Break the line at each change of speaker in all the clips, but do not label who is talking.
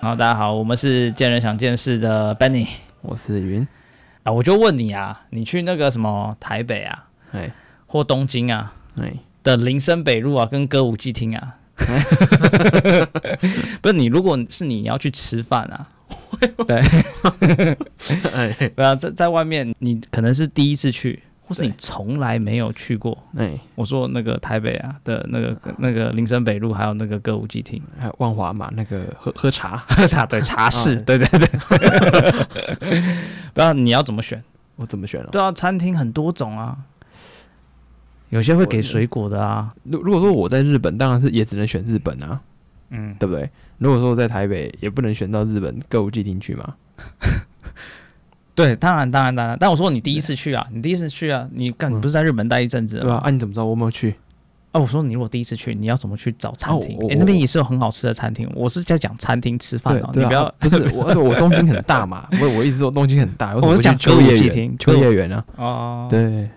好，大家好，我们是见人想见事的 Benny
我是云，
啊，我就问你啊，你去那个什么台北啊，
哎
或东京啊
哎，
的林森北路啊，跟歌舞伎町啊， 不是你，如果是你，你要去吃饭啊，
哎
对啊，在在外面你可能是第一次去，或是你
对
从来没有去过。
哎，
我说那个台北啊的那个那个林森北路，还有那个歌舞伎町，
还有哎万华嘛，那个喝喝茶，
喝茶对茶室，对对对， 不知道你要怎么选？
我怎么选哦了？
对啊，餐厅很多种啊，有些会给水果的啊，
如如果说我在日本，当然是也只能选日本啊，
嗯，
对不对？如果说我在台北，也不能选到日本歌舞伎町去嘛。
对，当然当然当然，但我说你第一次去啊，你第一次去啊，你干你不是在日本待一阵子
嗯对
了吗
吧？啊，你怎么知道我有没有去？
啊，我说你如果第一次去，你要怎么去找餐厅
啊我？
哎、那边也是有很好吃的餐厅，我是在讲餐厅吃饭
对
哦，你
对
不
啊
要
啊，不是我，而且我东京很大 嘛，我我一直说东京很大，
我
我
是
去
讲歌
秋
舞
叶
伎
原，
町
秋
歌舞
叶原啊，
哦，
对，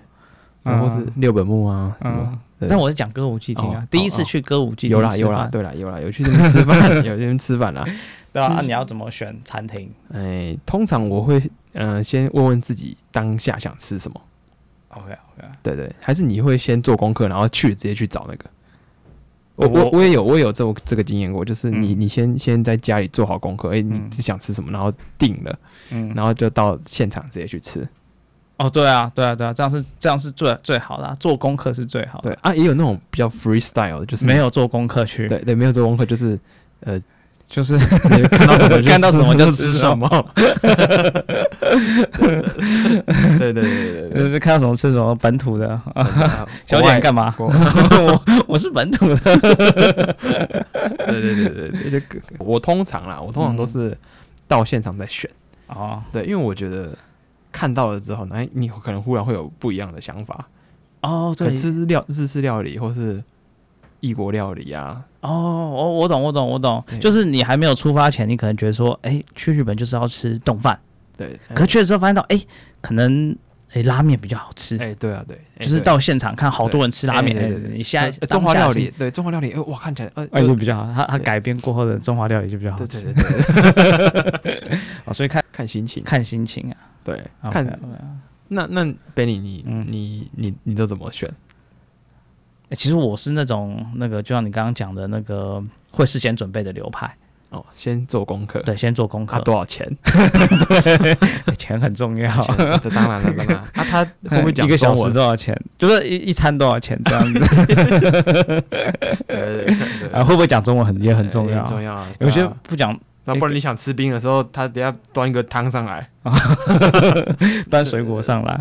然后是六本木啊，什么
嗯，
对
但我是讲歌舞伎町啊
哦，
第一次去歌舞伎町
有啦
吃
有啦，
饭，
对啦有啦，有去那边吃饭， 有去那边吃饭啦。
对啊，
就
啊
是
你要怎么选餐厅？
哎，通常我会嗯、呃先问问自己当下想吃什么。
OK OK，
对对，还是你会先做功课，然后去直接去找那个。我
我
我我也有我也有这种这个经验过，就是你、
嗯
你先先在家里做好功课，哎、你
嗯
你想吃什么，然后定了，
嗯，
然后就到现场直接去吃。
哦，对啊，对啊，对啊，这样是这样是最最好的啊、做功课是最好的。
对啊，也有那种比较 freestyle 的，就是
没有做功课去，
对对没有做功课，就是呃
就是
你看到什么 就
看到什么就吃什
什么。对对对对对
呃就是看到什么吃什么本土的。啊、
啊，
小姐
国外
你干嘛？
国
我我是本土的。
对对对对对，就我通常啦，我通
嗯
常都是到现场再选。
哦
对，因为我觉得看到了之后，哎，你可能忽然会有不一样的想法。
哦，
可
对，
能吃料日式料理或是异国料理啊，
哦，我我懂，我懂，我懂，
对
就是你还没有出发前，你可能觉得说，哎，去日本就是要吃冻饭，
对，哎
可去了之后发现到，哎，可能哎拉面比较好吃，
哎，对啊，对，哎
就是
对
到现场看好多人吃拉面，
哎对
哎
对对，
你现在
呃中华
当下
料
是
理，对中华料理，哎，哇，看起来，呃，
哎，
呃
就比较好，它它
对
改编过后的中华料理就比较好
对
吃
对对对， 对
啊，所以看
看心情，
看心情啊，
对，
啊
看
OK，OK
那那 Benny，你
嗯
你你你都怎么选？
欸其实我是那种那个，就像你刚刚讲的那个会事先准备的流派，
哦，先做功课，
对，先做功课
啊，，多少钱？
欸钱很重要。
钱这当然了，当然了，啊，他会不会讲
一个小
说我
时多少钱？就是一一餐多少钱这样子
呃对对对
啊？会不会讲中文很也很
哎
重要
很？重要啊，
有
对
些
啊
不讲
那不然你想吃冰的时候，他等下端一个汤上来，
端水果上来，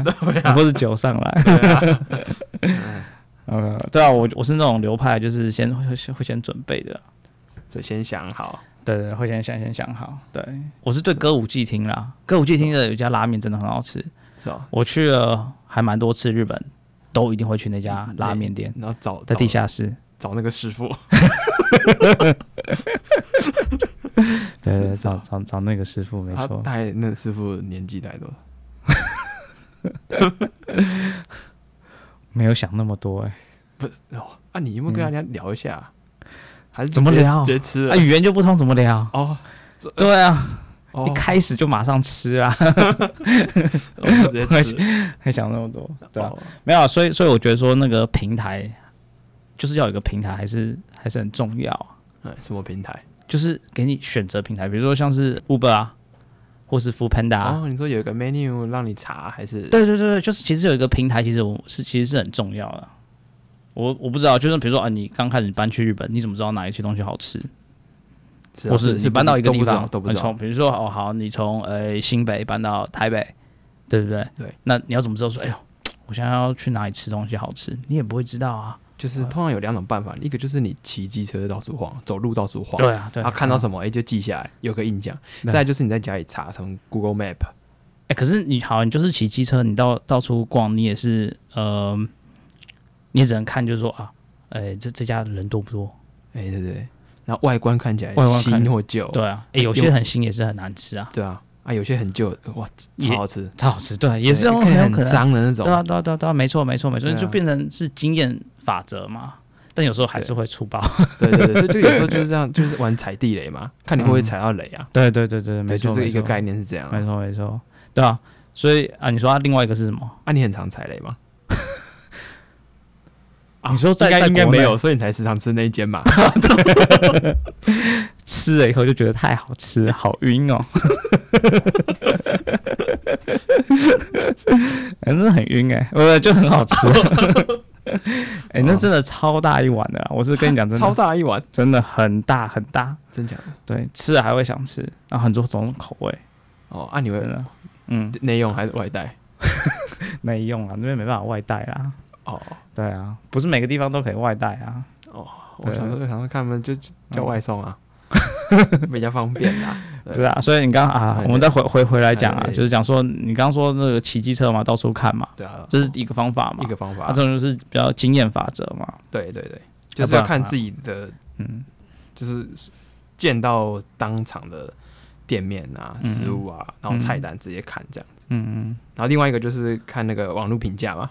啊
或是酒上来。 呃，对啊，我我是那种流派，就是先会先会先准备的，
所以先想好。
对对，会先想先想好。对，我是对歌舞伎町啦，歌舞伎町的有一家拉面真的很好吃，
是吧？
我去了还蛮多次日本，都一定会去那家拉面店，
然后找
在
找
地下室。
找那个师傅，
对
是
对，
是
找
吧
找找那个师傅，没
他
错。
大概那个师傅年纪大概多少？
没有想那么多哎、
哦，啊，你有没有跟人家聊一下？啊还是
嗯怎么
直接
聊
直接吃
啊，
了？
语言就不通，怎么聊？
哦
对啊，
哦
一，开始就马上吃 啊，
哦 直接吃，
还想那么多？对啊，
哦，
没有啊，所以所以我觉得说那个平台，就是要有一个平台，还是还是很重要啊，
哎，什么平台？
就是给你选择平台，比如说像是 Uber 啊，或是 Food Panda 啊。
哦，你说有一个 menu 让你查，还是
对对对对，就是其实有一个平台，其实我是其实是很重要的。我我不知道，就是比如说啊，你刚开始搬去日本，你怎么知道哪一些东西好吃？
是啊
或是
是
你搬到一个地方，
都不
你
知道，
从比如说哦好，你从呃新北搬到台北，对不对？
对。
那你要怎么知道说，哎呦，我现在要去哪里吃东西好吃？你也不会知道啊。
就是通常有两种办法，
嗯
一个就是你骑机车到处晃，走路到处晃，
对啊，对
啊，看到
么？
什么哎就记下来，有个印象。
对
再来就是你在家里查，从 Google Map，
哎，可是你好，你就是骑机车，你到到处逛，你也是呃，你也只能看，就是说啊，哎，这这家人多不多？
哎、对对对，然后外观看起来
外观看
新或旧，
对啊，哎，有些很新也是很难吃啊，
对啊，啊有些很旧，哇，
也
超好吃，
超好吃，对啊，也是
对
有
看
很
起来
有可
很
能。
脏的那种，啊
对啊，对啊，对啊，对啊，没错，没错，没错，
对啊
就变成是经验法则嘛。但有时候还是会粗暴。
对对对，所以这个有时候就是这样，就是玩踩地雷嘛，看你会不会踩到雷啊。
对对对对，
对，
没
就
错，
是一
嗯
个
没错
概念是这样啊。
没错没错，对啊，所以啊，你说他另外一个是什么？
啊，你很常踩雷吗？啊
你说在
应该
在
应该
国内
没有，所以你才时常吃那一间嘛。
吃了以后就觉得太好吃了，好晕 哦，哎真的很晕哎、不不就很好 吃，哎、那真的超大一碗的啊、我是 跟你讲真
超
的，
大一碗，
真的很大很大，
真假的？
对，吃了还会想吃，然后很多种口味，
哦，啊，你
真
会
的，嗯，
内用还是外带？
没用啊，那边没办法外带啦，
哦
对啊，不是每个地方都可以外带啊，
哦，我
对嗯
想说，我想说，看他们就就叫外 送啊，比较方便啦。对
对啊，所以你刚啊
哎，
我们再回回回来讲啊
哎，哎
就是讲说你刚说那个骑机车嘛，到处看嘛，
对啊，
这是一个方法嘛
一，个方
啊，
法
这。种就是比较经验法则嘛，
对对对，
要
就
不
是要
然
看
啊
自己的，
嗯，
就是见到当场的店面啊、
嗯
食物啊，然后菜单直接看这样。
嗯嗯，
然后另外一个就是看那个网络评价嘛，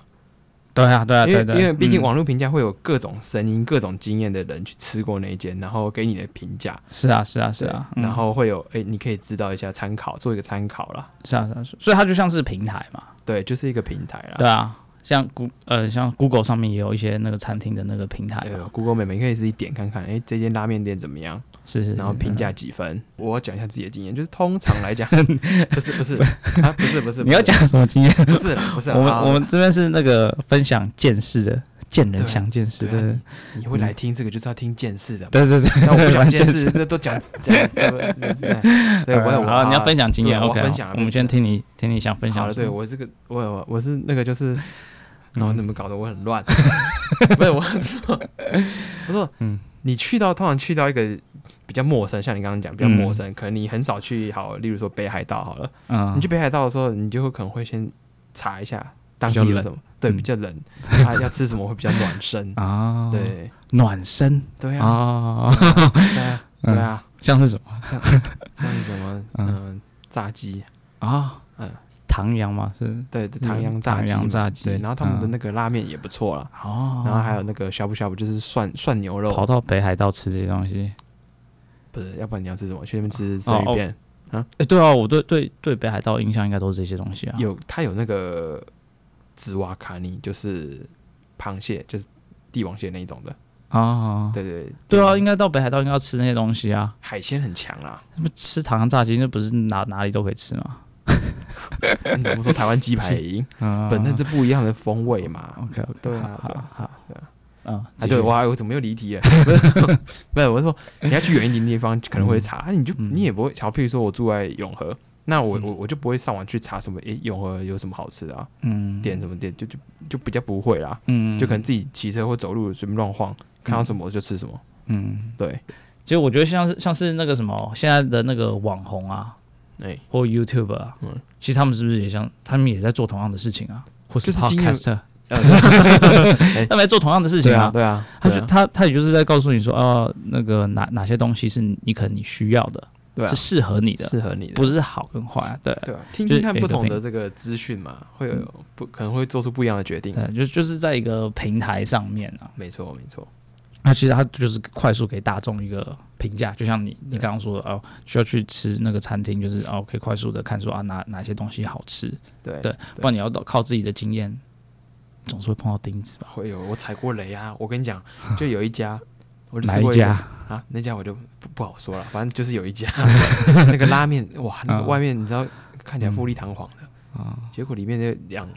对啊，对啊，
因为
对对，
因为毕
嗯
竟网络评价会有各种声音、各种经验的人去吃过那一间，然后给你的评价
是啊是啊是啊，嗯
对然后会有哎、你可以知道一下参考，做一个参考啦。
是啊是啊，所以它就像是平台嘛，
对，就是一个平台啦。
对啊，像 Go 呃像 Google 上面也有一些那个餐厅的那个平台
对哦
嘛，
，Google 妹妹可以自己点看看，哎、这间拉面店怎么样？
是嗯是，
然后
是
评。价几分？我讲一下自己的经验，就是通常 来讲，不是不是啊，不是不是，
你要
不
讲什么经验？
是不是啦不是啦，
我们
啊
我们这边是那个分享见识的，见人
对
想见识，
对
对嗯
啊你会来听这个就是要听见识的嘛，
对对对对，
那 我不讲
蛮
见
见
识，那都讲讲，对不对对，我
呃
我
好，你要分享经验
对我
，OK，
分享
我们先听你听你想分
好
享嗯
了，
什
对
么。
我这个我我我是那个就是，然后你们搞得我很乱， 不是我是说，我说
嗯
嗯，你去到通常去到一个比较陌生，像你刚刚讲比较陌生，可能你很少去好，例如说北海道好了，
嗯，
你去北海道的时候，你就会可能会先查一下当地有什么，对，
嗯，
比较冷，啊要吃什么会比较暖身
啊，，
对
暖身
对啊，
啊， 嗯
对啊对啊，
像是什么
像像什么嗯炸鸡。
啊？
嗯
唐扬嘛是
对，对
嗯
唐扬炸
唐
鸡
扬
嘛，
炸鸡
对，然后他们的
嗯
那个拉面也不错啦，
哦，
然后还有那个呷哺呷哺，就是涮涮牛肉，
跑到北海道吃这些东西。
不是，要不然你要吃什么？去那边吃生
哦哦
鱼片，
哎，对啊，我对对对北海道印象应该都是这些东西啊。
有它有那个紫瓦卡尼，就是螃蟹，就是帝王蟹那一种的，
啊，
对对
对啊，应
该
该到北海道应该要吃那些东西啊。
海鲜很强啦，
那么吃唐扬炸鸡，那不是哪哪里都可以吃吗？
你怎么不说台湾鸡排也赢？
嗯，
本身是不一样的风味嘛。
OK OK，
对
哦
啊
好
对啊
好
对啊，
嗯，
啊，对，
哇，
哇，我怎么又离题了？啊 不是，不是，我是说你要去远一点的地方，可能会查，啊你就
嗯
你也不会。好，譬如说我住在永和，那我我我就不会上网去查什么，诶，永和有什么好吃的啊？
嗯，
点什么店，就就就比较不会啦，
嗯，
就可能自己骑车或走路随便乱晃，看到什么就吃什么。
嗯，
对，
其实我觉得像是像是那个什么现在的那个网红啊，
哎，
或 YouTube 啊，
嗯
其实他们是不是也像他们也在做同样的事情啊？或是
就是经验
Podcaster，
呃
他们在做同样的事情
对啊，
啊。
对啊，
他
对
就
啊
他他也就是在告诉你说，哦，那个哪哪些东西是你可能你需要的，
对啊
是，适合你的，
适合你的，
不是好跟坏啊。对，
对啊，听
就是嗯
听看
有一
不
个
同
平
的这个资讯嘛，会有不可能会做出不一样的决定。
对，就就是在一个平台上面啊，
没错，没错，
那其实它就是快速给大众一个评价，就像你你刚刚说的哦，需要去吃那个餐厅，就是哦可以快速的看说啊哪哪些东西好吃，
对
对，不然你要到靠自己的经验，总是会碰到钉子吧？
会有我踩过雷啊！我跟你讲，就有一家，我就
哪
吃过
一
一个
家？
啊？那家我就不不好说了，反正就是有 一家那个拉面，哇，那个
嗯
外面你知道看起来富丽堂皇的，
啊，
结果里面就两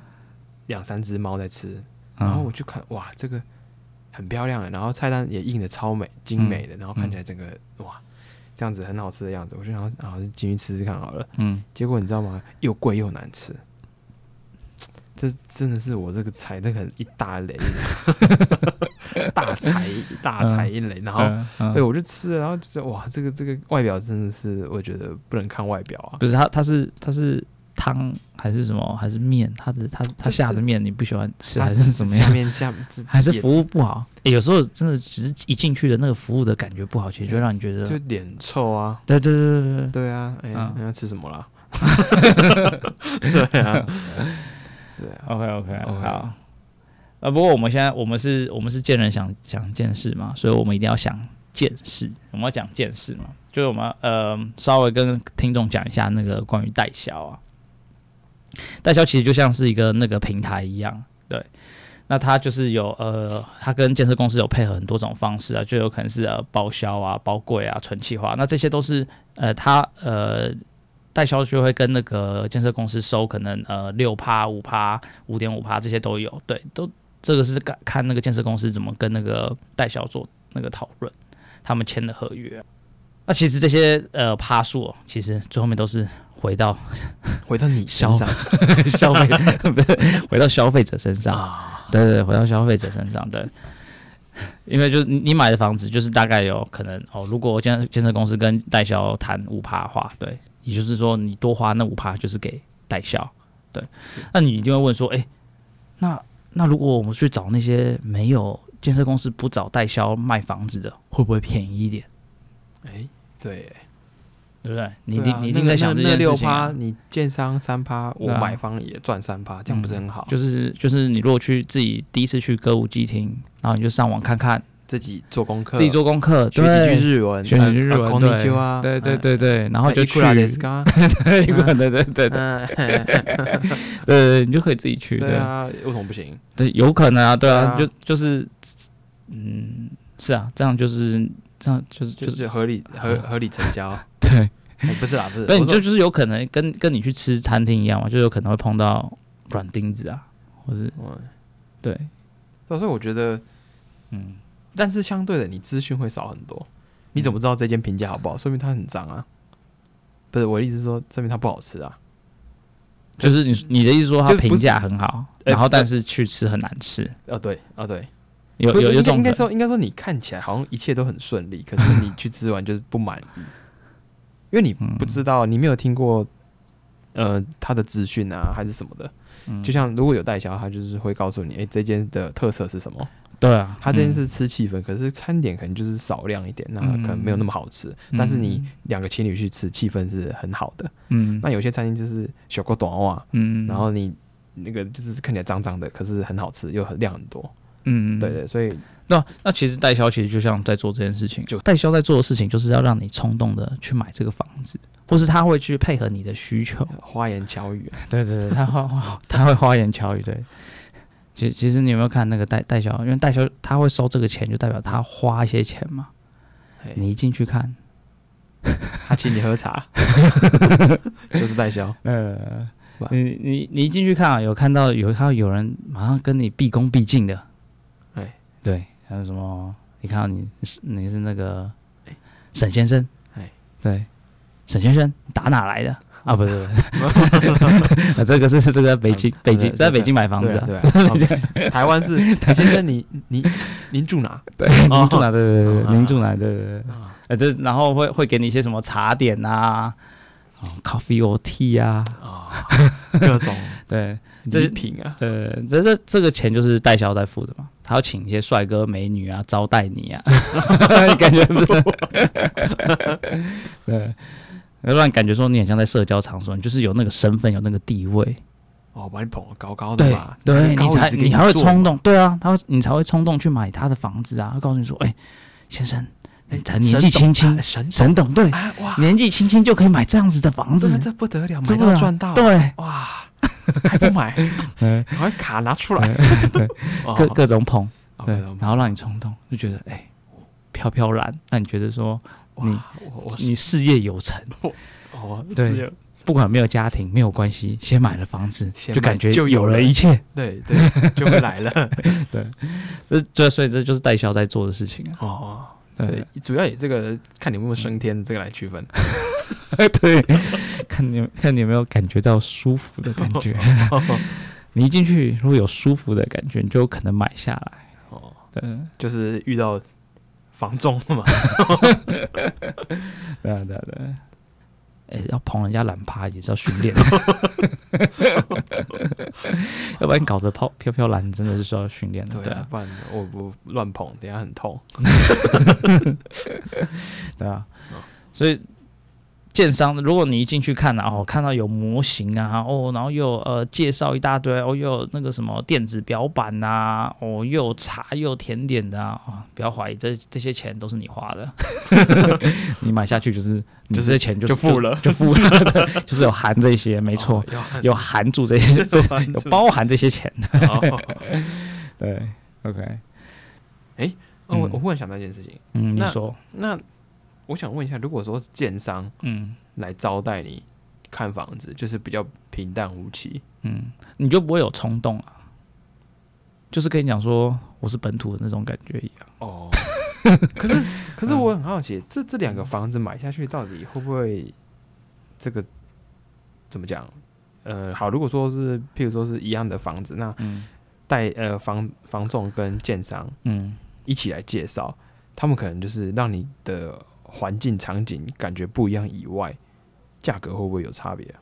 两三只猫在吃，然
嗯
后我就看，哇，这个很漂亮的，然后菜单也印的超美精
嗯
美的，然后看起来整个哇这样子很好吃的样子，我就想要，然后就进去吃吃看好了。
嗯，
结果你知道吗？又贵又难吃，这真的是我这个踩那个一大雷， 大踩一大踩一雷。然后、
嗯嗯
对我就吃了，然后就是哇，这个这个外表真的是，我觉得不能看外表啊。
不是它它是它是汤还是什么还是面？它的它它下的面你不喜欢吃还是怎么
下
样？
面下面这
还是
也
服务不好？诶有时候真的只是一进去的那个服务的感觉不好，其实就让你觉得
就脸臭啊。
对对对对对对，
对啊，哎、
嗯
那要吃什 么啦？对啊，对啊，
OK OK，
OK
好。啊，不过我们现在我们是我们是见人想想见事嘛，所以我们一定要想见事，我们要讲见事嘛，就是我们呃稍微跟听众讲一下那个关于代销啊，代销其实就像是一个那个平台一样，对。那它就是有呃，它跟建设公司有配合很多种方式啊，就有可能是呃包销啊、包柜啊、纯气化，那这些都是呃它呃代销就会跟那个建设公司收可能呃六趴、五趴、五点五趴这些都有，对，都这个是看看那个建设公司怎么跟那个代销做那个讨论，他们签的合约。那其实这些呃趴数、哦，其实最后面都是回到
回到你身上
消费， 不是回到消费者身上。
啊，
对对对，回到消费者身上，对，因为就是你你买的房子，就是大概有可能哦，如果建建设公司跟代销谈五趴的话，对，也就是说你多花那五趴就是给代销，对
是，
那你一定会问说，哎，那那如果我们去找那些没有建设公司不找代销卖房子的，会不会便宜一点？
哎，对，
对不对？你一
对
定、
啊
你一定在想这
那那
件事
那六
情、啊
趴，。你建商三趴，我
对啊
买方也赚三趴，这样不是很好？
就是就是，你如果去自己第一次去歌舞伎厅，然后你就上网看看，
自己做功课，
自己做功课，
学
对
几句日文，
学几句日文，
空
对
啊，
对对
嗯，
对对，然后就去，
来
对
的是刚，
对对对对对
嗯，
对，你就可以自己 去，
对
对
啊，为什么不行？
对，有可能啊，对啊，
对
就
啊
就是，嗯，是啊，这样就是这样就是
就
就是
是合理 合合理成交，
对，
哎不是啦，不是，
不然
我
你就
说
就是有可能跟跟你去吃餐厅一样嘛，就有可能会碰到软钉子啊，或是
嗯
对，
啊所以我觉得，
嗯，
但是相对的，你资讯会少很多，你怎么知道这间评价好不好？说明它很脏啊。不是我的意思是说，证明它不好吃啊。
就是你你的意思说他
就不是
评价很好，
呃
然后但是去吃很难吃，
啊，对，啊，对，
有
不是
有有种
应该应该
可
说，应该说你看起来好像一切都很顺利，可是你去吃完就是不满 意，因为你不知道，你没有听过，呃，他的资讯啊，还是什么的。
嗯
就像如果有代销，他就是会告诉你，哎、这间的特色是什么。
对啊，
他这件
嗯
是吃气氛，可是餐点可能就是少量一点，那可能没有那么好吃。
嗯
但是你两个情侣去吃，气氛是很好的。
嗯
那有些餐厅就是小锅短袜，
嗯，
然后你那个就是看起来脏脏的，可是很好吃，又很量很多。
嗯
对对，所以
那那其实代销其实就像在做这件事情，就代销在做的事情就是要让你冲动的去买这个房子，或是他会去配合你的需求。
花言巧语啊，
对对对，他花花 他会花言巧语。对，其其实你有没有看那个代代销？因为代销他会收这个钱，就代表他花一些钱嘛。
嘿
你一进去看，
他请你喝茶， 就是代销。
呃
哇，
你你你一进去看啊，有看到有看到有人马上跟你毕恭毕敬的，
哎，
对，还有什么？你看到你是你是那个沈先生，
哎，
对，沈先生打哪来的啊？不是，不 是啊这个是是这个北京
啊
北
对
京
对
在北京买房子
对
啊，
啊对啊， 哦台湾是台先生，你你您住哪？
对，
哦
您住哪？对对对
啊
对，您住哪？对对对对，
啊
呃，这然后会会给你一些什么茶点啊，哦，coffee or tea 啊，
啊，各种
对，这
礼品啊，
呃，这这这个钱就是代销在付的嘛，他要请一些帅哥美女啊招待你啊， 你感觉不是？ 对，让你感觉说你很像在社交场所，你就是有那个身份，有那个地位，
哦，把你捧得高高的
对
嘛，
对，
高
你才
椅子给
你还会
坐
冲动，对啊，他会你才会冲动去买他的房子啊，他告诉你说，哎，先生，你才年纪轻轻，
哎神
沈董对，
啊，哇，
年纪轻轻就可以买这样子的房
这
子，
这不得了，
嗯这
买
不
到
了
赚到，，
对，啊
哇，还不买，
嗯
赶快卡拿出来，
对，
哦
各各种捧。
哦
对
各种，
然后让你冲动，就觉得哎、飘飘然，让你觉得说
哇
你
我我
你事业有 成，
哦，
对
只有
不管有没有家庭没有关系，先买了房子，
先
就感
买
觉
就有
有
了
了一切。
对对，就会来了，
这这所以这就是代销在做的事情啊。
哦。
对
对，主要也这个看你有没有升天这个来区分。
对，看你看你有没有感觉到舒服的感 觉。你一进去如果有舒服的感觉，你就有可能买下来。
哦，
对。
就是遇到房仲 嘛，
对啊，对啊，对啊。哎、要捧人家懒趴也是要训 练，要不然搞得飘飘飘然，真的是需要训练的。
对
对
啊
啊，，
不然我不乱捧，等一下很痛。
对啊
哦。
所以建商，如果你一进去看啊，哦，看到有模型啊，哦，然后又有呃介绍一大堆，哦，又有那个什么电子表板呐、啊，哦，又有茶又有甜点的啊，哦、不要怀疑，这这些钱都是你花 的，你买下去就是你这些钱就
就付了
就付了， 对就是有含这些，没错，
哦， 要
有含住这 些，这
含
有
住
包嗯含这些钱的，
哦
对，OK，
哦，我
嗯
我忽然想到一件事情，
嗯，你
那
说，
那我想问一下，如果说是建商
嗯
来招待你看房子，就是比较平淡无奇，
嗯，你就不会有冲动啊，就是跟你讲说我是本土的那种感觉一样。
哦， 可是可是我很好奇，这这两个房子买下去到底会不会这个怎么讲？呃，好，如果说是譬如说是一样的房子，那
嗯
带呃房房仲跟建商
嗯。
一起来介绍，他们可能就是让你的环境场景感觉不一样以外，价格会不会有差别啊、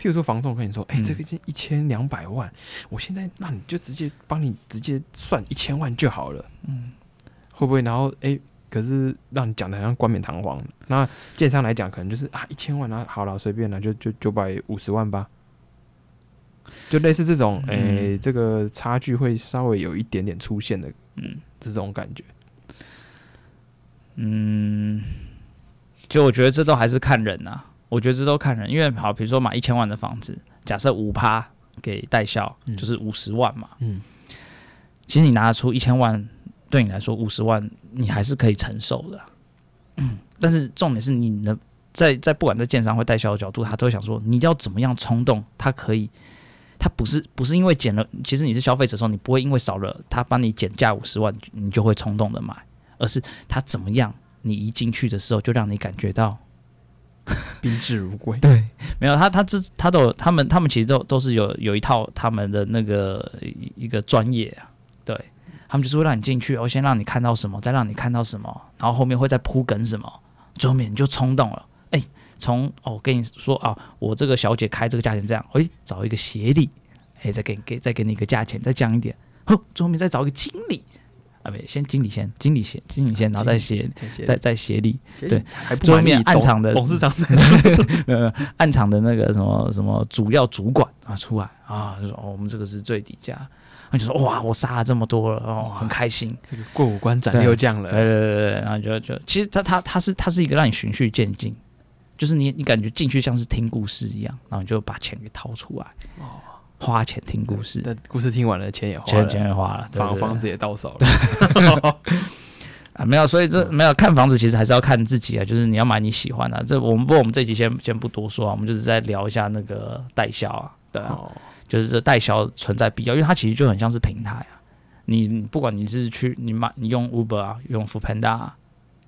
譬如说，房仲跟你说：“哎、
嗯
这个一千两百万，我现在让你就直接帮你直接算一千万就好了。”
嗯，
会不会？然后哎、诶可是让你讲的好像冠冕堂皇。那建商来讲，可能就是啊，一千万啊，好了，随便了，就就九百五十万吧，就类似这种，哎、这个差距会稍微有一点点出现的，
嗯
这种感觉。
嗯，就我觉得这都还是看人啊，我觉得这都看人，因为好，比如说买一千万的房子，假设五趴给代销，
嗯
就是五十万嘛。
嗯，
其实你拿得出一千万，对你来说五十万你还是可以承受的啊。嗯，但是重点是你能在在不管在建商或代销的角度，他都会想说你要怎么样冲动，他可以。他不是不是因为减了，其实你是消费者的时候，你不会因为少了他帮你减价五十万，你就会冲动的买，而是他怎么样，你一进去的时候就让你感觉到
宾至如归。
对，没有他，他这他都有，他们他们其实都都是有有一套他们的那个一一个专业啊，对他们就是会让你进去，哦，先让你看到什么，再让你看到什么，然后后面会再铺梗什么，最后面你就冲动了，哎，从哦跟你说啊、我这个小姐开这个价钱这样，哎，找一个协理，哎，再给给再给你一个价钱，再降一点，哦，最后面再找一个经理，啊，没，先经理先，经理先，经理先，然后再协
谢谢
再再协理，对，
还不
桌
满意
面暗
董
藏的
董 事长在
没有没有，呃暗场的那个什么什么主要主管啊出来啊，就说哦，我们这个是最底价，然后就说哇，我杀了这么多了，哦，很开心。
这个过五关斩
对
六将
对
了。
对对对，然后就就其实他他他是他是一个让你循序渐进，就是你你感觉进去像是听故事一样，然后你就把钱给掏出来，
哦
花钱听故事，
那故事听完了，钱也花
钱
了，
钱也花了，对
房
对对
房子也 到手了。
啊，没有，所以这没有看房子，其实还是要看自己啊，就是你要买你喜欢的、这我们不，过我们这集先先不多说啊，我们就是在聊一下那个代销啊，对啊。
哦，
就是这代销存在必要，因为它其实就很像是平台啊。你你不管你是去你买你用 Uber 啊，用 f o o Panda 啊，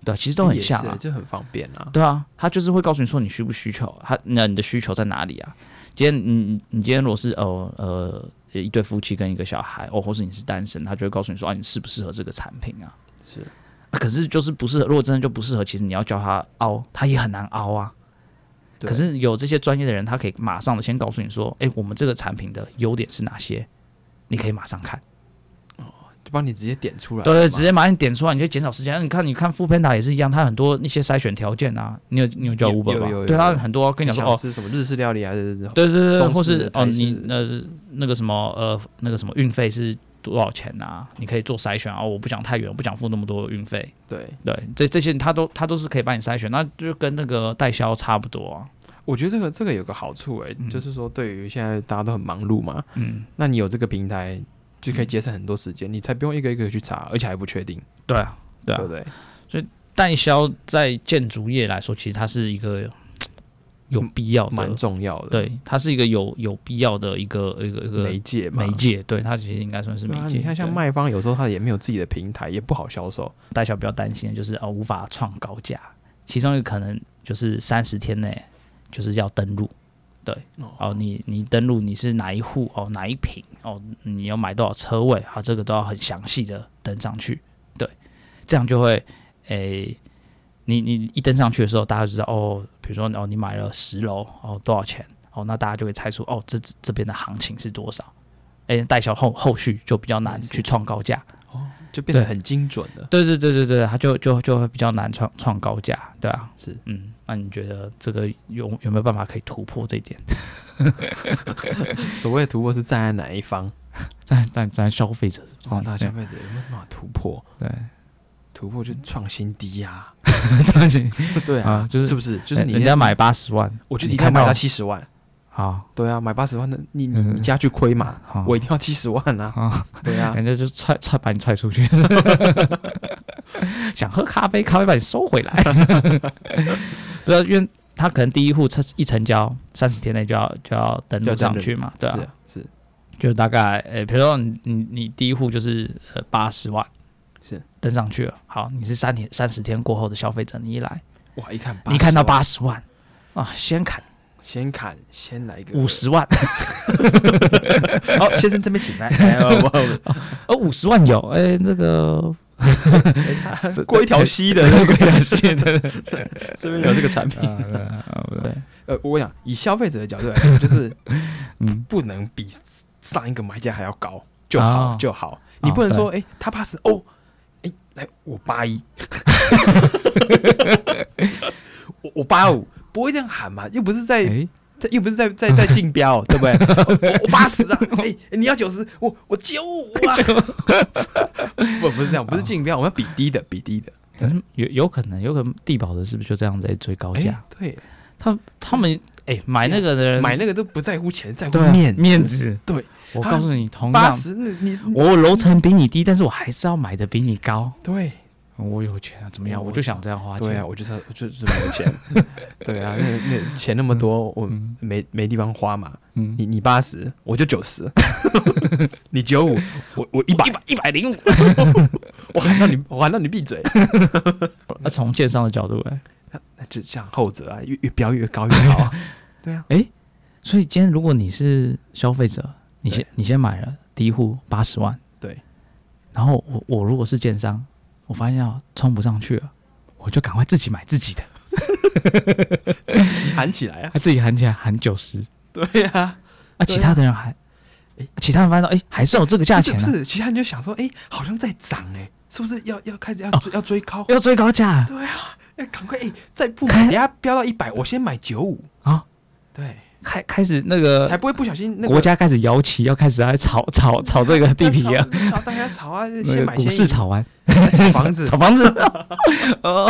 对啊、其实都很
也
像
是
啊。
就很方便啊。
对啊，它就是会告诉你说你需不需求，它那你的需求在哪里啊？今天你你你今天如果是呃呃一对夫妻跟一个小孩，哦，或是你是单身，他就会告诉你说啊你适不适合这个产品啊？
是
啊可是就是不适合，如果真的就不适合，其实你要教他凹，他也很难凹啊。
对
可是有这些专业的人，他可以马上的先告诉你说，哎、我们这个产品的优点是哪些，你可以马上看，
就帮你直接点出来了
对
嘛。
对，直接马上你点出来，你就减少时间。你看，你看富 Panda 也是一样，它很多一些筛选条件啊，你有你有叫
有
Uber
有
吧
有？有
对，它
有
很多跟你讲说
想
哦，
吃什么日式料理还是
对对对对，
中
或
式
是
台
哦
式
你呃那个什么呃那个什么运费是多少钱啊？你可以做筛选啊、哦，我不想太远，我不想付那么多运费。
对，
对，这这些他都他都是可以帮你筛选，那就跟那个代销差不多啊。
我觉得这个这个有个好处哎、就是说对于现在大家都很忙碌嘛，
嗯，
那你有这个平台就可以节省很多时间，你才不用一个一个去查，而且还不确定，
对啊，嗯对啊
对。不对？
代销在建筑业来说，其实它是一个有必要的，
嗯蛮重要的，，
对，它是一个有有必要的一个一个一个
媒介嘛，
媒介，对，它其实应该算是
对
媒
啊，
介。
你看像
对
卖方有时候他也没有自己的平台，也不好销售，
代销比较担心的就是哦无法创高价，其中一个可能就是三十天内就是要登录，对，
哦，
哦你你登录你是哪一户哦哪一平哦你要买多少车位啊这个都要很详细的登上去，对，这样就会诶、你你一登上去的时候，大家就知道哦，比如说哦你买了十楼哦多少钱哦，那大家就会猜出哦这这这边的行情是多少，诶、代销后后续就比较难
也是
去创高价。
哦就变得
对
很精准了。
对对对对对，它就就就会比较难创创高价，对啊，
是
嗯，那你觉得这个有有没有办法可以突破这一点？
所谓的突破是站在哪一方？
在在在消费者是
广
放
大消费者有没有办法突破？
哦对，
突破就创新低呀、
这样子
对啊
啊，就是
是不是？就是你
人家，买八十万，
我就
你
一定要
看
买
到
到七十万。
好
对啊，买八十万的，你你
嗯
你家去亏嘛？
好，
我一定要七十万 啊！
啊，
对啊，
人家就踹踹把你踹出去， 想喝咖啡，咖啡把你收回来， 不要，因为他可能第一户成一成交，三十天内就要就要登
就
录
要
上
登录
去嘛，对啊
是，啊是
就大概呃，比如说你你你第一户就是呃八十万，
是
登上去了，好，你是三天三十天过后的消费者，你一来，
哇，一看80
你看到
万
八十万啊，先砍
先砍，先来一个
五。十万，
好，先生这 边请来。哎我我
哦，五十万有，哎、这 个
我过一条溪的，
个表现的，
这边有这个产品。
啊对啊对，
呃，我跟你讲，以消费者的角度来说，就是
嗯，
不能比上一个买家还要高就好
哦
就好，你不能
对
说哎他八十哦，哎来我八一， 我我八五，不会这样喊嘛？又不是在
哎、
在又不是在在在 竞标，对不对？我我八十啊，哎你要九十，我我九五 啊，不不是这样，不是竞
哦
标，我们要比低的，比低的。
可是有有可能，有可能地保的是不是就哦这样在追高
哎
价？，
对，
他他们哎、买那个的人
买那个都不在乎钱，在乎
对啊
面
面子，
对，
我告诉你，同
八
样
十，你你
我楼层比你低，但是我还是要买的比你高。
对。
我有钱啊，怎么样？
我
我就想这样花钱。
对啊，我就是要我就是没有钱。 对啊，那那钱那么多，我
嗯
没没地方花嘛。
嗯，
你你八十，我就九 十；你九五，我我一百
一，百一百零五。
我喊到你，我喊到你闭嘴。
那从建商的角度哎，
那就像后者啊，越越标越高越好啊。对啊，
所以今天如果你是消费者，你
对
先你先买了第一户八十万，
对，
然后我我如果是建商，我发现要冲不上去了，我就赶快自己买自己的，
喊起来啊！
他自己喊起来喊九十，
对 啊，
啊，
对啊
其他的人还，
诶
其他人发现到哎还是有这个价
不是
钱
不
啊，
是，其他人就想说，哎，好像在涨哎，是不是要要开始要
哦
追要追高？
要追高价
对啊，要赶快哎，再不买，
开
等下飙到一百，我先买九五
啊，
对，
开开始那个
才不会不小心那
呃国
个
家开始摇旗，要开始来炒炒炒这个地皮啊，，
炒大家炒啊，
那
先
个
买
股
先
市炒完，
炒房子
炒，房子，呃，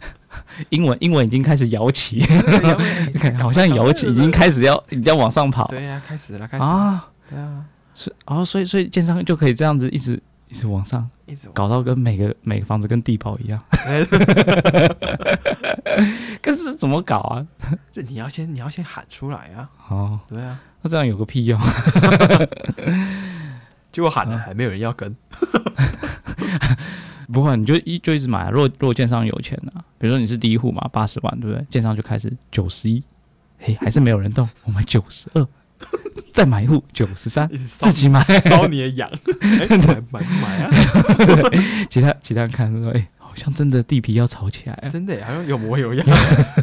英文英文已经开始摇旗， 好像摇旗已经开始要要往上跑
对呀，开始了，开始了，
啊，
对啊，
是哦，所以所以建商就可以这样子一直一直往上，
一直往
搞到跟每个每个房子跟地堡一样， 可是怎么搞啊？
就你要先你要先喊出来啊，
哦，
对啊，
那这样有个屁用？
结果喊了还没有人要跟，
不会，你就一就一直买啊。如果如果建商有钱啊，比如说你是第一户嘛，八十万，对不对？建商就开始九十一，嘿，还是没有人动， 我买九十二，再买一户九十三，
一直烧
自己买。
烧你的 痒，哎买买买啊，
其他其他人看说，哎、好像真的地皮要炒起来啊了。
真的耶好像有模有 样，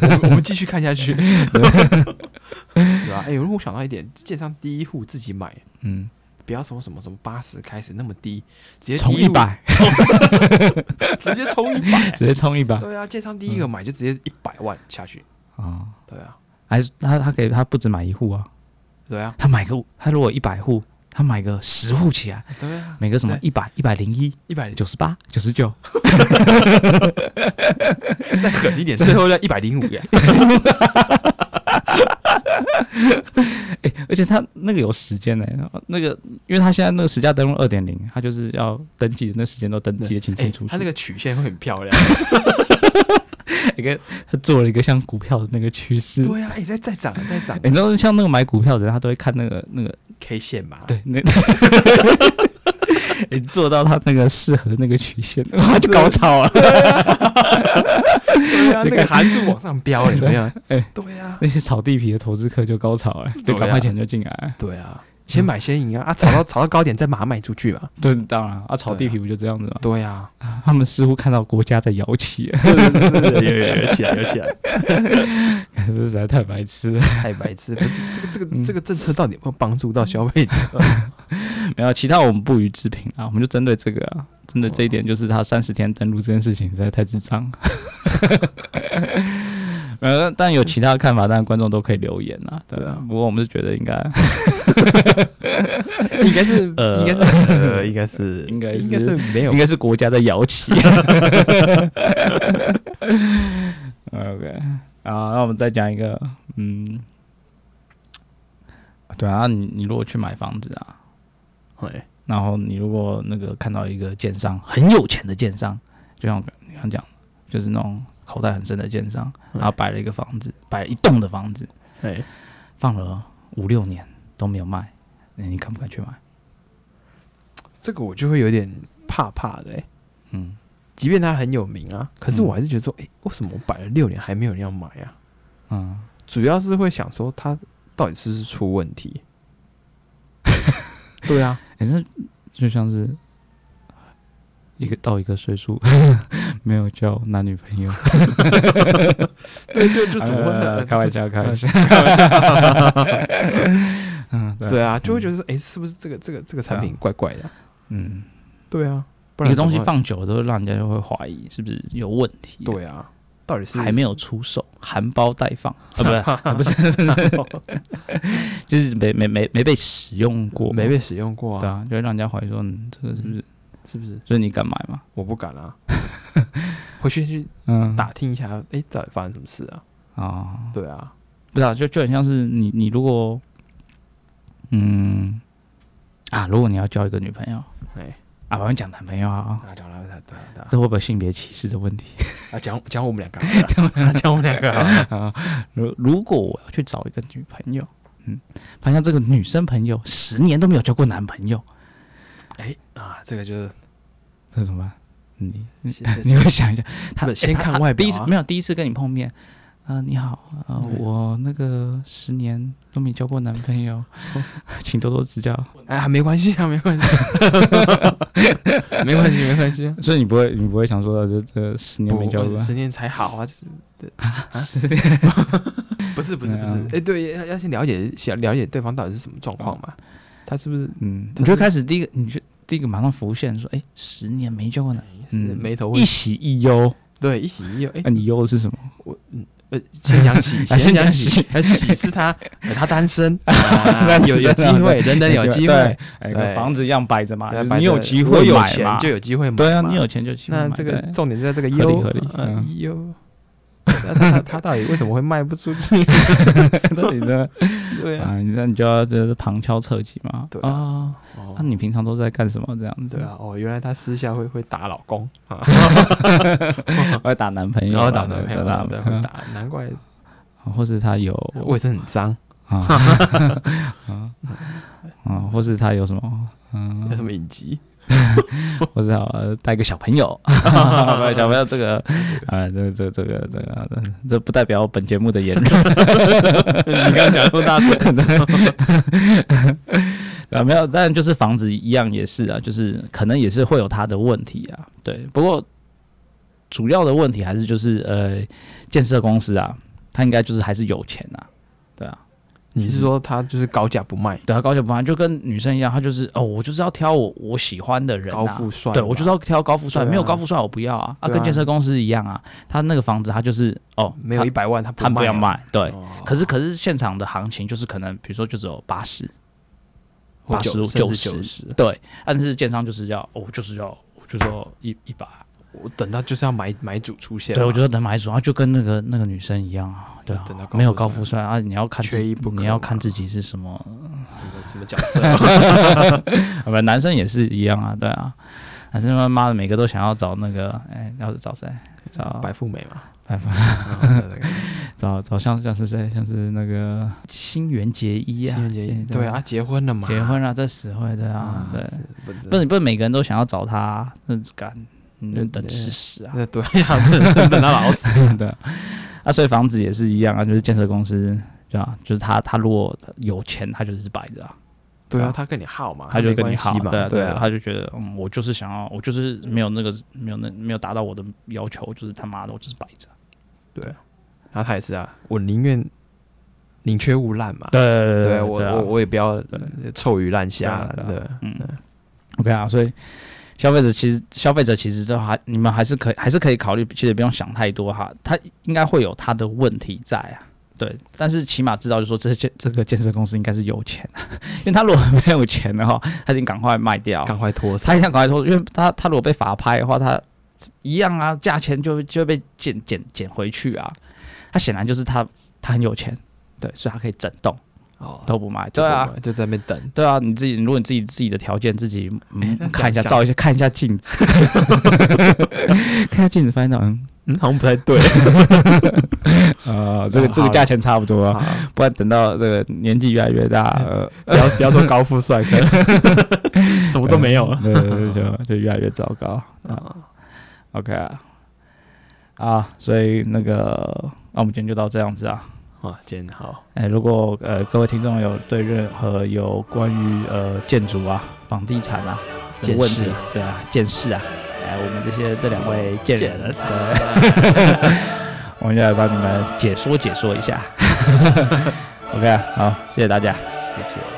我们我们继续看下去， 对 吧？哎，如果我想到一点，建商第一户自己买，
嗯，
不要从什么什么八十开始那么低，直接
冲
第
一
户，
百，
直接冲一 百。
直接冲一百啊
对啊，建商第一个买就直接一百万下去。！
哦
对啊，
还是他他给他不止买一户啊，
对啊，
他买个他如果一百户，他买个十户起来，
对啊，
每个什么
对
一百一百零一。
一百
九十八、九十九，
再 狠一点，最后要一百零五耶。
哎，而且他那个有时间呢、那个因为他现在那个实价登录二点零，他就是要登记的那时间都登记的清
哎
清楚楚。
它那个曲线会很漂亮。
一个他做了一个像股票的那个趋势，
对啊，哎，再再涨，再涨
哎你知道像那个买股票的人，他都会看那个那个
K 线嘛。
对，那你 做到他那个适合那个曲线，他就高潮了。
对啊，
这
那
个
个函数往上飙，有没有？
哎
对啊，
那些炒地皮的投资客就高潮了，就赶
对啊
快钱就进来了。
对啊，先买先赢啊！啊，炒到炒到高点再把它卖出去嘛。
对，当然啊，炒
对
地
啊
皮不就这样子吗？
对啊，
他们似乎看到国家在摇旗，
有 有啊有起来，有起来。
这实在太白痴了。
太白痴，不是这个这个
嗯
这个政策到底有没有帮助到消费者？
没有，其他我们不予置评啊，我们就针对这个啊，真的这一点就是他
哦
三十天登录这件事情实在太智障。 呃，但有其他看法，当然观众都可以留言啊。对
对
啊
啊，
不过我们是觉得应该
应该是，
呃
应该是，呃，应该是，
应该是
应该是没有
应，该是国家在摇旗。OK 啊，那我们再讲一个，嗯，对啊，你你如果去买房子啊，
哎
然后你如果那个看到一个建商很有钱的建商，就像我刚你刚讲，就是那种口袋很深的建商，
嗯
然后摆了一个房子，摆了一栋的房子，
哎，
放了五六年都没有卖，那你敢不敢去买？
这个我就会有点怕怕的、哎，
嗯，
即便它很有名啊，可是
嗯
我还是觉得说，哎、为什么我摆了六年还没有人要买啊？
嗯，
主要是会想说，它到底是不是出 问题？对啊，
也是就像是一个到一个岁数 没有交男女朋友，
对，就就
呃开玩笑，开玩笑，嗯，对
对
啊，
啊，就会觉得说，哎、是不是这个这个这个产品怪怪的啊、
嗯，
对啊，不
一
然
个东西
怎么
放久了都会让人家就会怀疑是不是有问题，
会，对啊，到底是
还没有出手，含苞待放啊，不 是，不是，就是没没没没被使用过，
没被使用过
对
啊？
啊，就会让人家怀疑说嗯这个是不是，
是不是？
所以你敢买吗？
我不 敢啊，回去去
嗯，
打听一下，哎、到底发生什么事啊？
啊，
对啊，
不是、啊，就就很像是你你如果，嗯，啊，如果你要交一个女朋友，
哎、
啊，我们讲男朋友啊，
啊，讲了，对啊，对啊，
这会不会性别歧视的问题？
啊，讲讲我们两个好了，讲我们两个啊好
啊
了，
如如果我要去找一个女朋友，嗯，发现这个女生朋友十年都没有交过男朋友，
哎啊，这个就是
这怎么办？嗯你
谢谢
你会想一下，他
不
诶
先
他
看
他
外表
第一次
啊
没有第一次跟你碰面，啊、你好，呃，
对
我那个十年都没交过男朋友， 请多多指教。
哎、啊，没关系啊，没 关系， 没关系，没关系啊。
所以你不会，你不会想说呃这这十年没交
不
过，
十年才好啊！就是
十 年
不是不是不是
对啊，
哎，对，要要先了解想了解对方到底是什么状况嘛？他是不是
嗯，
他
你就是开始第一个，你就第一个马上浮现说，哎、十年没交过男，
哎是
嗯
眉头
一喜一忧，
对一喜一忧？哎
那、，你忧的是什么？
我嗯呃，先讲喜，
啊先讲
讲
喜，
哎，喜是他呃他 单身，啊有有机会，等等有机会
对，，哎，
对
跟房子一样摆着嘛，
对
就是
摆
你有
着
机
我
会
有
买
钱
嘛
就，有机会买嘛。
对啊，你有钱就有机会
那
买
这个
对
重点就在这个
合理
优
合理
呃
嗯
优， 那他他他到底为什么会卖不出 去？
到 底是
对啊，
啊，你那你就要就是旁敲侧击嘛，
对啊
啊，
哦
那你平常都在干什么？这样子
对，啊，哦，原来他私下会会打老公啊，
我 要打男朋友
然
嘛，
后打男朋友，
对
打
打男
的啊会
朋友，
打，难怪
或是他有
卫生很脏，
啊 啊啊，或是他有什么嗯
有。什么隐疾？
我只好呃带个小朋 友，没有小朋友这个啊，这这这个这个这这不代表本节目的言论。你刚讲那么大 声，啊，没有，但就是房子一样也是啊，就是可能也是会有它的问题啊，对。不过主要的问题还是就是呃，建设公司啊，他应该就是还是有钱啊，对啊，
你是说他就是高价不卖，
对啊，高级不凡就跟女生一样，他就是哦，我就是要挑我我喜欢的人、啊，
高富帅吧？
对，我就是要挑高富帅，
对啊
没有高富帅我不要啊。啊，
对啊
跟建设公司一样啊，他那个房子他就是哦，
没有一
他
百万他
他不要
要，
卖，对。
哦
可是可是现场的行情就是可能，比如说就只有八十，
或
80
九甚至
90
十，
对，但是建商就是要哦，我就是要我就说一一百，
我等到就是要买买主出现嘛，
对我觉得等买主，啊，就跟那个那个女生一样啊，对啊
等到高富帅
没有高富帅啊，你要看自
缺一不可
你要
嘛
看自己是什么，
什么什么角 色
啊不，男生也是一样啊，对啊，男生他妈的每个都想要找那个，哎，要找谁？找
白富美嘛，
白
嗯
富
美。
找找像像是谁，像是那个新垣结衣啊，
情人节
现在
对啊，，结婚了嘛，
结婚了，这死会的啊
啊，，
对，
不是，
不是不是每个人都想要找他，那敢嗯
嗯
等
对
吃屎啊，
那对呀，不能等到老死，
对啊，啊，所以房子也是一样啊，就是建设公司。对吧？就是他，他如果有钱，他就是摆着啊，
对
对啊
啊，他跟你耗嘛，
他就
没
跟
关
你
系
好，
嘛，
对啊
对
啊，他就觉得，嗯，我就是想要，我就是没有那个，没有那没有达到我的要求，就是他妈的，我就是摆着。
然后他也是啊，我宁愿宁缺毋滥嘛，
对对
对
对，
我
对啊
我我也不要
对
臭鱼烂虾
对啊
了，
嗯，OK 啊，所以消费者其实消费者其实都还你们还是可以还是可以考虑，其实不用想太多哈，他应该会有他的问题在啊。对，但是起码知道，就说这些这个健身公司应该是有钱、啊， 因为他如果没有钱的话，他一定赶快卖掉，
赶快 脱手。
他一定要赶快脱，因为他他如果被法拍的话，他一样啊，价钱就就会被减减减回去啊。他显然就是他他很有钱，对，所以他可以整栋
哦，
都不卖，对啊，
就在那边等。
对啊，你自己如果你自己自己的条件自己嗯
那
看一下
讲
照一下看一下镜子， 看一下镜子发现到嗯
嗯，好像不太对。
呃这个
嗯
这个
好了
价钱差不多啊，
好
不然等到这个年纪越来 越大，呃，
不要不要说高富帅，可能什么都没有了。
对对对，就就越来越糟糕。
啊
OK 啊，啊，所以那个，那、我们今天就到这样子啊。
哇，哦今天好，
哎，如果呃各位听众有对任何有关于呃建筑啊、房地产啊的
见
问
识
题，对啊，建识啊，哎，我们这些这两位见
见
人，
人
对， 我们就来帮你们解说解说一下。OK 啊，好，谢谢大家。
谢谢。